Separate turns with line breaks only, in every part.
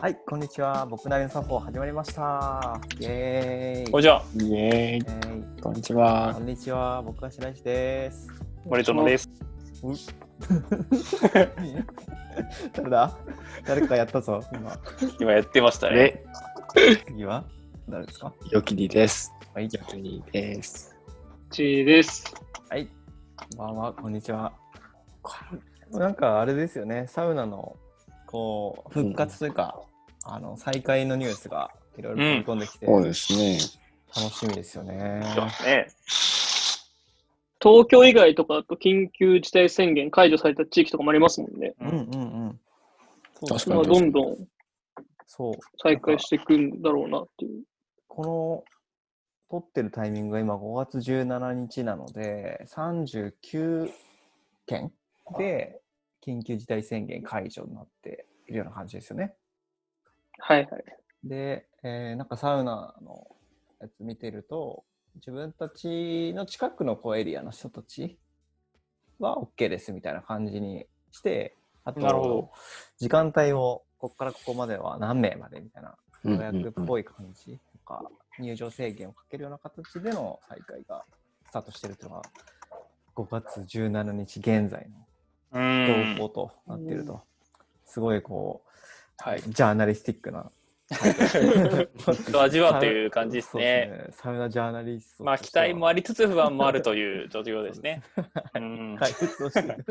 はい、こんにちは。僕なりの作法始まりました。イエーイ。
こんにちは、
イエー
えー
イ、こんにち
こ
は。
んにちは。僕は白石です。
森友です。
誰だ誰かやったぞ、今。
今やってましたね。
で、
次は誰ですか
よきりです。
はい、
よきりです。
ちーです。
はい。まあまあ、こんにちは。これなんかあれですよね、サウナのこう復活というか、あの再開のニュースがいろいろ飛び込んできて、
そうですね。
楽しみですよね。
ね、
東京以外とかだと緊急事態宣言解除された地域とかもありますもんね。
うんうんうん。そう
確か
まあ、
に
どんどん
そう
再開していくんだろうなっていう。
この撮ってるタイミングが今5月17日なので39件で緊急事態宣言解除になっているような感じですよね。
はいはい。
で、えーなんかサウナのやつ見てると自分たちの近くのこうエリアの人たちは OK ですみたいな感じにしてあ
なるほ
と
ど
時間帯をここからここまでは何名までみたいな
うん
予約っ
うん
ぽい感じとか、入場制限をかけるような形での再開がスタートしてるというのが、5月17日現在
う
の
ん。
投稿となっていると、すごいこう、
はい
ジャーナリスティックな。
味わうという感じですね。
そうですねサウナジャーナリスト。
まあ、期待もあ
り
りつつ不安もあるという状況ですね。うん
解説をしてる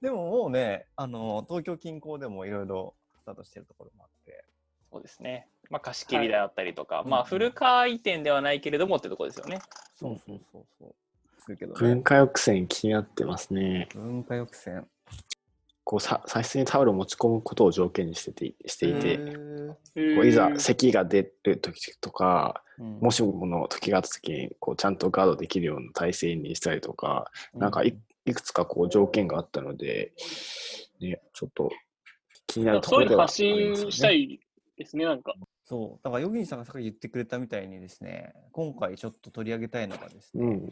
でももうね、あの東京近郊でもいろいろスタートしてるところもあって、
そうですね。まあ、貸し切りであったりとか、
い
まあ、フル回転ではないけれどもってとこですよね。
そうそうそうそう。するけどね
文、化抑制気になってますね。
文化抑制。
こうさ最初にタオルを持ち込むことを条件にしててしていて、
へ
こ
ー
ういざ
うん
咳が出る時とか、
うん
もしもの時があった時にこうちゃんとガードできるような体制にしたりとか、なんかいいくつかこう条件があったので、ね、ちょっと気になるとこ
そう
ろ
いう
で
の
はあ
発
り
信
ますよ
した
ね。
いですね、なんか。
そう、だから、ヨギンさんがさっき言ってくれたみたいにですね、今回ちょっと取り上げたいのがです
う
ね、
ん。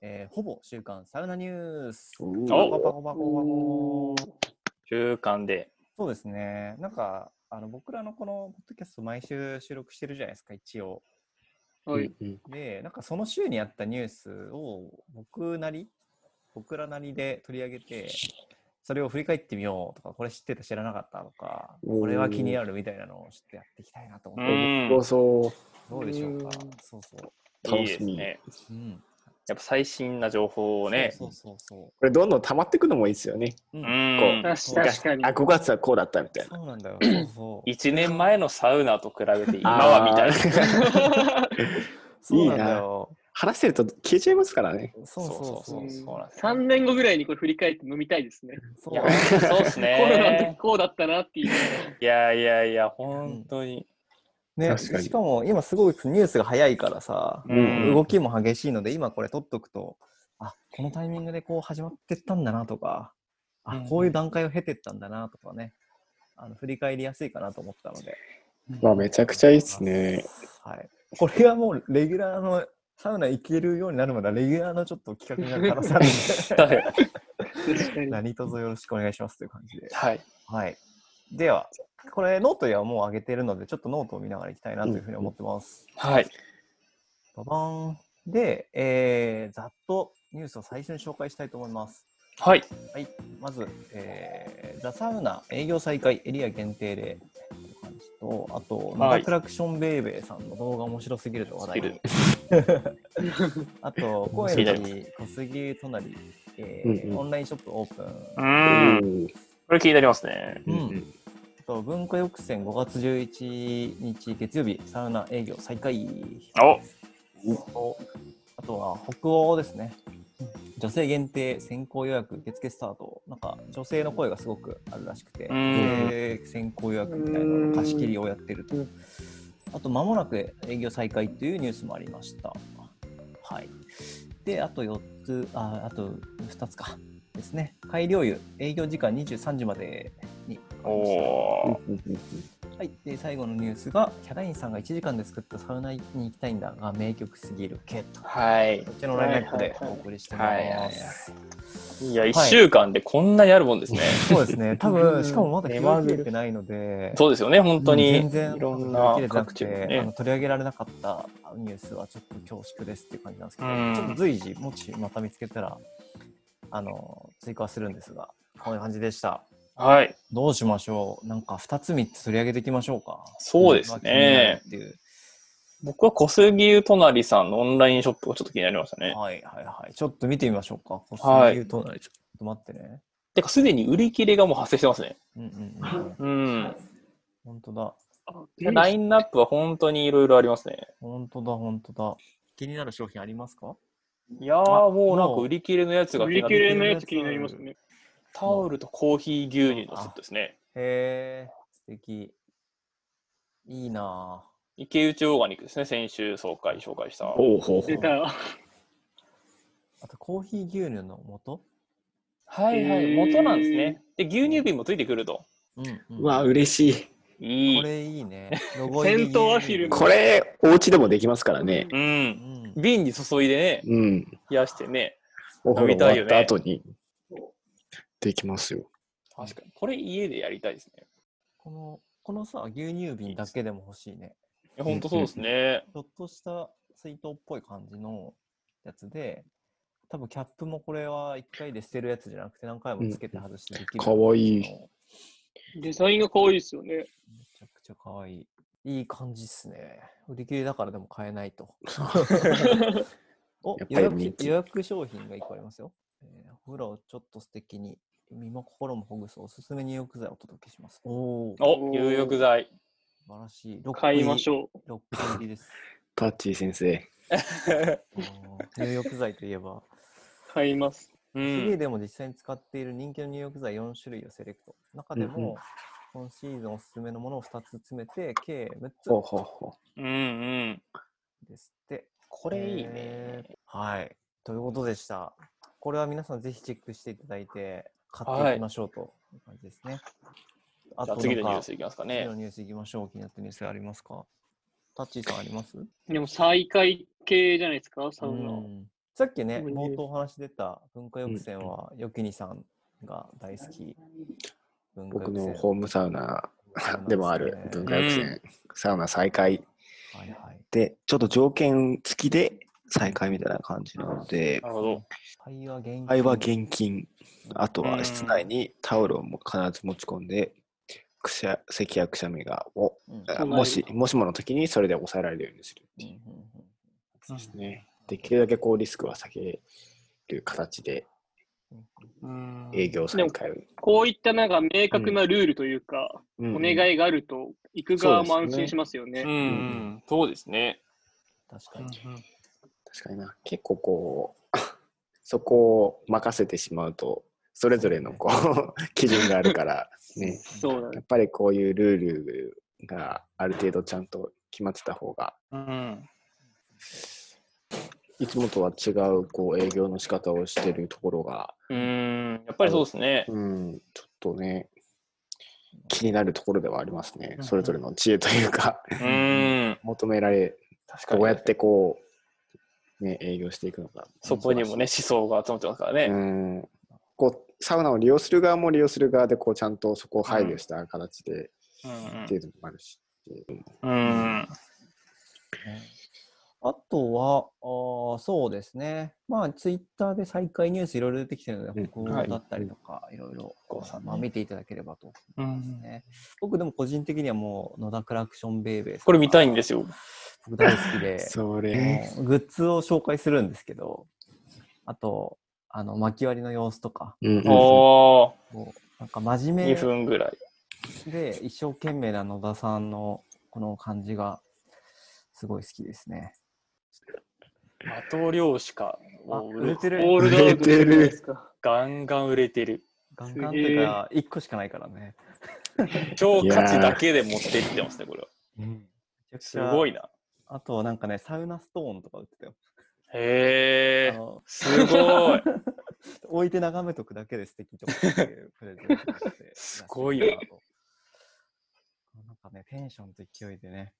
えーほぼ週刊サウナニュース。
おー
パコパコパコパコ
中間で。
そうですね、なんか、あの僕らのこのポッドキャスト毎週収録してるじゃないですか、一応。
はい。
うん
で、なんかその週にあったニュースを僕なり、僕らなりで取り上げて、それを振り返ってみようとか、これ知ってた知らなかったとか、
おー
これは気になるみたいなのをちょっとやっていきたいなと思って、
うん。
そうそ
どうでしょうか
うん。
そうそう。
いいですね。
うん、
やっぱ最新な情報をね。
そうそうそう
これどんどん溜まっていくのもいいですよね。
そう。う
うんん。
確確かに
あ、。5月はこうだったみたいな。
そうなんだよ。そうそう。
1年前のサウナと比べて今はみたいな。
サ
そうなんだよ。
話してると消えちゃいますからね。
そうそうそう。
そうそうなんです
3年後ぐらいにこれ振り返って飲みたいですね。
そ
いうや、そうです
コロナの時
ね。
こうだったなっていう。
いやいやいや、本当に。
ね、
確かに
しかも今すごいニュースが早いからさ、
うん
動きも激しいので、今これ取っとくと、あこのタイミングでこう始まってったんだなとか、あ
うん
こういう段階を経てったんだなとかね、あの振り返りやすいかなと思ったので。
まあ、めちゃくちゃいいですね。
はい。これがもうレギュラーの、サウナ行けるようになるまではレギュラーのちょっと企画になる可能性ある んで。
確かに。
何卒よろしくお願いしますという感じで。
はい。
はい。では、これノートにはもう上げてるので、ちょっとノートを見ながらいきたいなというふうに思ってます。
はい。
ババーン。で、えー、ざっとニュースを最初に紹介したいと思います。
はい。
はい。まず、えー、ザ・サウナ営業再開エリア限定で。という感じとあと、
はい
マクラクションベイベーさんの動画面白すぎると話題に。 あと、公園に小杉隣、えー
うんうん
オンラインショップオープン。
う。
うんん。
これ気になりますね。
うんあと文化抑制5月11日月曜日、サウナ営業再開。
お
とあとは北欧ですね。女性限定先行予約受付スタート。なんか女性の声がすごくあるらしくて、
うん
女性先行予約みたいなのを貸し切りをやってると
うん。
あと間もなく営業再開というニュースもありました。はい。で、あと4つ、ああと2つか。ですね。改良湯、営業時間23時までに。
おー。
うん
はい、で最後のニュースがヒャダインさんが1時間で作ったサウナに行きたいんだが名曲すぎるけとこ
はい。
っちのラインナップでお送りしてます、
はいはいはいいや、1週間でこんなにあるもんです ね。
そうですね多
う
分
ん
しかもまだ
目
決
ま
ま
ぐる
れてないので
そうですよね、本当に。
全然
いろんな
書ききれてなく
各地
て、
の
あの
ね。
取り上げられなかったニュースはちょっと恐縮ですっていう感じなんですけど、
うん
ちょっと随時もしまた見つけたらあの追加はするんですがこんな感じでした
はい。
どうしましょうなんか2つ3つ取り上げていきましょうか
そうですね
気になるっていう
僕は小杉湯隣さんのオンラインショップがちょっと気になりましたね。
はいはいはい。ちょっと見てみましょうか。こ
はい
そういうとちょっと待ってね。
てか、すでに売り切れがもう発生してますね。
うんうんうん。
うん。
本当だ。
ラインナップは本当にいろいろありますね。
本当だ本当だ。気になる商品ありますか？
いやー、
あ
もうなん
も
か
う
売り切れのやつが気に
売り
なっ
切
て
れのやつ気になりますね。
タオルとコーヒー牛乳のセットですね。
へえ素敵。いいなぁ。
池内オーガニックですね、先週総会紹介した。
ほうほうほ
出
う。
た。
あとコーヒー牛乳の素？
はいは
へ
い、
ー
元なんですね。で、牛乳瓶もついてくると。
うん、うん。
うわ、嬉しい。
こ
いい。
れいい ね。
セントアヒル
これ、お家でもできますからね。
う。
うんん。
瓶に注いでね、
うん。
冷やしてね。
お風呂
飲みたい
終
よ
わ
ね
った後に、できますよ。
確かに。これ家でやりたいですね。
このこのさ牛乳瓶だけでも欲しいね。
いやほんとそうですね。
ちょっとした水筒っぽい感じのやつで、多分キャップもこれは1回で捨てるやつじゃなくて何回もつけて外してできる。
かわいい
め
デザインが可愛いですよね。
ちゃくちゃかわいい。いい感じっすね。売り切れだからでも買えない と。お
やっ
予
ぱり
約
人気
予約商品が1個ありますよ。えーお風呂をちょっと素敵に、身も心もほぐすおすすめ入浴剤をお届けします。おお、素
お、入浴 剤。
晴らしい。ロック
買いまし
ょ
ょう。
う。ロック入りです。
パッチー先生。
あのー入浴剤といえば。
買います。
う
家
ん。
でも実際に使っている人気の入浴剤4種類をセレクト。中で
うんうん
も、今シーズンおすすめのものを2つ詰めて、計6
ほう
つ
ほうほ
うんうん。
ですって。
これいいね。
はい。ということでした。これは皆さんぜひチェックしていただいて、買っていきましょうという感じですね。あ
じゃあ
と
次のニュ
なん
ー
か
スいきますか
次
ね
の。ニュースいきましょう。気になったニュースありますかタッチーさんあります
でも再開系じゃないですか、サ
う
ウナ。
んさっきね、
そういう
冒頭お話出た文化浴船は、よきにさんが大好き。
う。
文化
僕
浴
の
船
ホームサウナでもある
そう
文
なんですね
化浴船、サウナ再開
はいはい。
で、ちょっと条件付きで再開みたいな感じなので
な、るほど。
会話現
愛は
金
現金、あとは室内にタオルをも必ず持ち込んで、くしゃ咳やくしゃみがを
うん
あもし、もしもの時にそれで抑えられるようにするっていうやつですね。できるだけこうリスクは避ける形で
うん
営業再開を。
こういったなんか明確なルールというか、
うん
お願いがあると、行く側も安心しますよね。
うんうん。そうですね。
確かに。
確かにな。結構こう、 そこを任せてしまうと、それぞれのこう、 基準があるから、ね、
そうだね
やっぱりこういうルールがある程度ちゃんと決まってた方が、
うん。
いつもとは違うこう営業の仕方をしてるところが、
うん。やっぱりそうですね。
うん、ちょっとね、気になるところではありますね。
うん
それぞれの知恵というか、
うん。
求められ、
確かに。
どうやってこう、ね、営業していくのか。
そこにもね、思想が集まってますから
う
ね。
ん、こうサウナを利用する側も利用する側でこうちゃんとそこを配慮した形でっていうのもあるし、
うん。うん。
あとはあー、そうですね。まあ、ツイッターで再開ニュースいろいろ出てきてるの
う
で、
ん
北欧だったりとか、いろいろ
ご参考
まあ見ていただければと
う
思いますね。僕でも個人的にはもう、野田クラクションベイベー
これ見た
い。
いんですよ。
僕大好きで。
それ、
もうグッズを紹介するんですけど、あと、あの、巻き割りの様子とか、
うん
おー、
もうなんか真面目
2分ぐらい。
で一生懸命な野田さんのこの感じがすごい好きですね。
マトリョーシカ
あ
を
売れてる
オールドアウトじゃないですか。
ガンガン売れてる。
ガンガンというか1個しかないからね。
超価値だけで持ってってますね、これは。
めちゃく
す
ちゃ
ごい。な。
あとなんかねサウナストーンとか売ってたよ。
へ
あ
え。
の
すごい。
置いて眺めとくだ けで素敵とかっていうプレゼントして
すごいな
らしいなと。なんかね、テンションと勢いでね、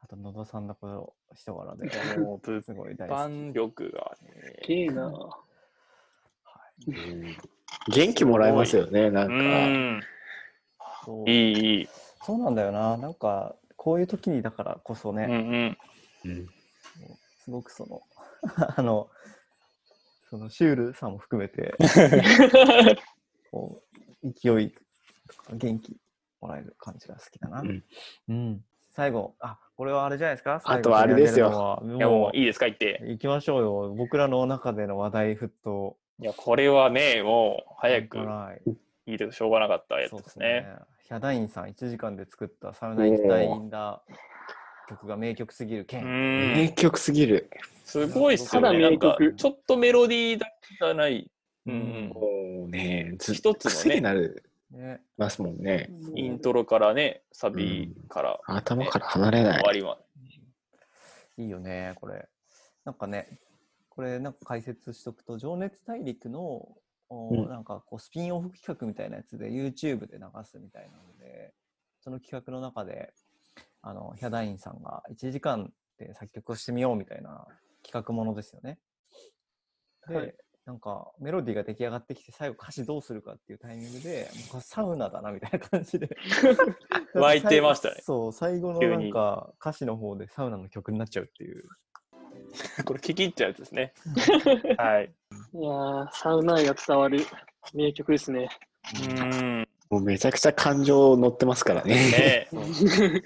あと野田さんのこの人柄で、
もう 物
すごい大好き。
販力がね。
いいなぁ
はい
うん元気もらえますよね、な
うん
か。
ん。
そう
いい、いい。
そうなんだよな、なんか、こういう時にだからこそね、
うんうん。
うん
すごくその、 あの、そのシュールさも含めて、こう、勢いとか元気もらえる感じが好きだな。
うん
うん最後、あ、これはあれじゃないですか
あとはあれですよ。
最後
い
に挙げ
や
るの
も
は
ういいですか言って。
もう、行きましょうよ。僕らの中での話題沸騰。
いや、これはね、もう早く
はい
いいとしょうがなかったやつ
そう
で
ですす
ね。
ね。ヒャダインさん1時間で作ったサウナ行きたいんだ曲が名曲すぎる
う
件。
ん
名。曲すぎる。
すごいっすよ
ただ
ね。なんか
名曲
ちょっとメロディーだけじゃない。うん
もうね、ずっ
一
と
つのね
癖になり
ね。
ますもんね。
うん。イントロからね、サビから
頭から離れな
終わ
い。
りまで。
いいよね、これ。なんかね、これなんか解説しとくと、情熱大陸の、お
うん
なんかこうスピンオフ企画みたいなやつで YouTube で流すみたいなので、その企画の中で、あの、ヒャダインさんが1時間で作曲をしてみようみたいな企画ものですよね。で、
はい
なんかメロディーが出来上がってきて、最後歌詞どうするかっていうタイミングで、もうこれサウナだなみたいな感じで。
湧いてましたね
そう、最後の
急
な
に
んか歌詞の方でサウナの曲になっちゃうっていう。
これ聞き入っちゃうやつですね。はい。
いやーサウナ愛が伝わる名曲ですね。
うん。
もうめちゃくちゃ感情乗ってますからね。
ね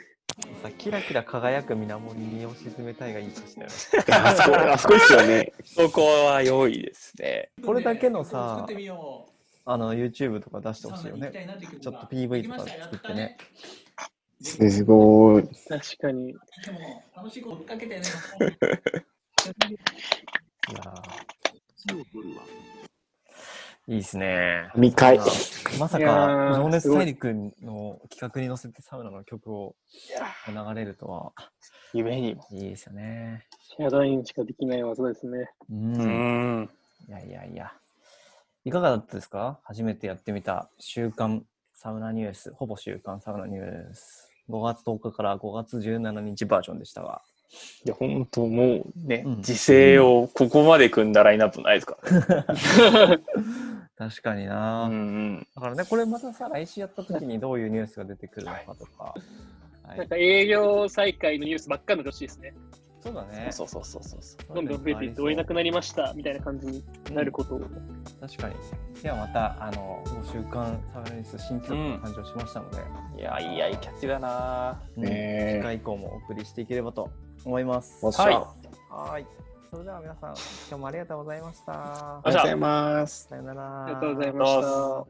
さキラキラ輝く水面に身を沈めたいがいいとしたよね。
あそ こ、あそこですよね。
そこは良いですね。
これだけの
作
さ
って、みよう。
あの YouTube とか出してほしいよ
サウナに行きた
ね。
いなて曲が
ちょっと PV
できました
とか作ってね。
やったね
すごい。
確かに。
でも楽しいこと追っかけてね。
いやーいいですね。
神回。
まさ
いや
か、
ー
情熱大陸の企画に乗せてサウナの曲を流れるとは、
夢にも。
いいですよね。
シャダインしかできない技ですね。
うん。
うん。
いやいやいや。いかがだったですか初めてやってみた週刊サウナニュース、ほぼ週刊サウナニュース。5月10日から5月17日バージョンでしたが。
いや、本当もうね、
うん
時勢をここまで組んだラインナップないですからね。
確かにな、
うんうん。
だからね、これまたさ、来週やった時にどういうニュースが出てくるのかとか。はい
なんか営業再開のニュースばっかりの女子ですね。
そうだね。
そうそうそうそうそう。
どんどん増えていって追えなくなりましたみたいな感じになることを。
確かに。ではまた、あの、もう週刊サウナニュース新企画が誕生しましたので、
いや、いいアイキャッチだな
うん
ねえ
次回以降もお送りしていければと思います。
おっしゃ
はい。
あ
はい。それでは皆さん、今日もありがとうございました
あ。
りがとうございます。
さよなら。
ありがとうござい
ど
まし
う
た
ぞ。